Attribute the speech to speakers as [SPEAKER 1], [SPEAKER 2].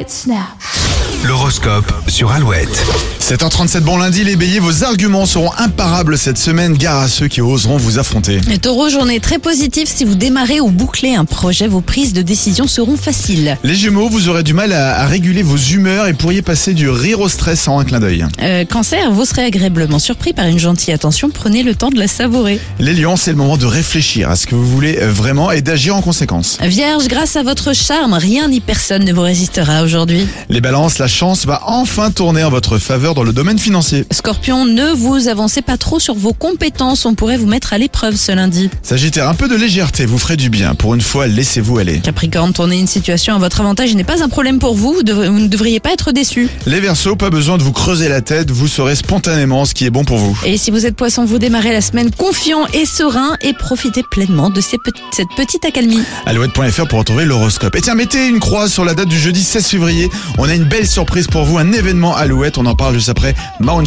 [SPEAKER 1] Tesla.
[SPEAKER 2] L'horoscope sur Alouette.
[SPEAKER 3] 7h37, bon lundi, les béliers, vos arguments seront imparables cette semaine, gare à ceux qui oseront vous affronter.
[SPEAKER 1] Les taureaux, journée très positive. Si vous démarrez ou bouclez un projet, vos prises de décision seront faciles.
[SPEAKER 3] Les gémeaux, vous aurez du mal à, à réguler vos humeurs et pourriez passer du rire au stress en un clin d'œil.
[SPEAKER 1] Euh, cancer, vous serez agréablement surpris par une gentille attention. Prenez le temps de la savourer.
[SPEAKER 3] Les lions, c'est le moment de réfléchir à ce que vous voulez euh, vraiment et d'agir en conséquence.
[SPEAKER 1] Vierge, grâce à votre charme, rien ni personne ne vous résistera aujourd'hui.
[SPEAKER 3] Les balances, la chance va enfin tourner en votre faveur dans le domaine financier.
[SPEAKER 1] Scorpion, ne vous avancez pas trop sur vos compétences. On pourrait vous mettre à l'épreuve ce lundi.
[SPEAKER 3] Sagittaire, un peu de légèreté vous ferait du bien, pour une fois, laissez-vous aller.
[SPEAKER 1] Capricorne, tournez une situation à votre avantage n'est pas un problème pour vous. Vous dev- vous ne devriez pas être déçu.
[SPEAKER 3] Les versos, pas besoin de vous creuser la tête, vous saurez spontanément ce qui est bon pour vous.
[SPEAKER 1] Et si vous êtes poisson, vous démarrez la semaine confiant et serein et profitez pleinement de ces pe- cette petite accalmie.
[SPEAKER 3] Alouette.fr pour retrouver l'horoscope. Et tiens, mettez une croix sur la date du jeudi 16 février. On a une belle surprise pour vous, un événement Alouette. On en parle juste après. Mount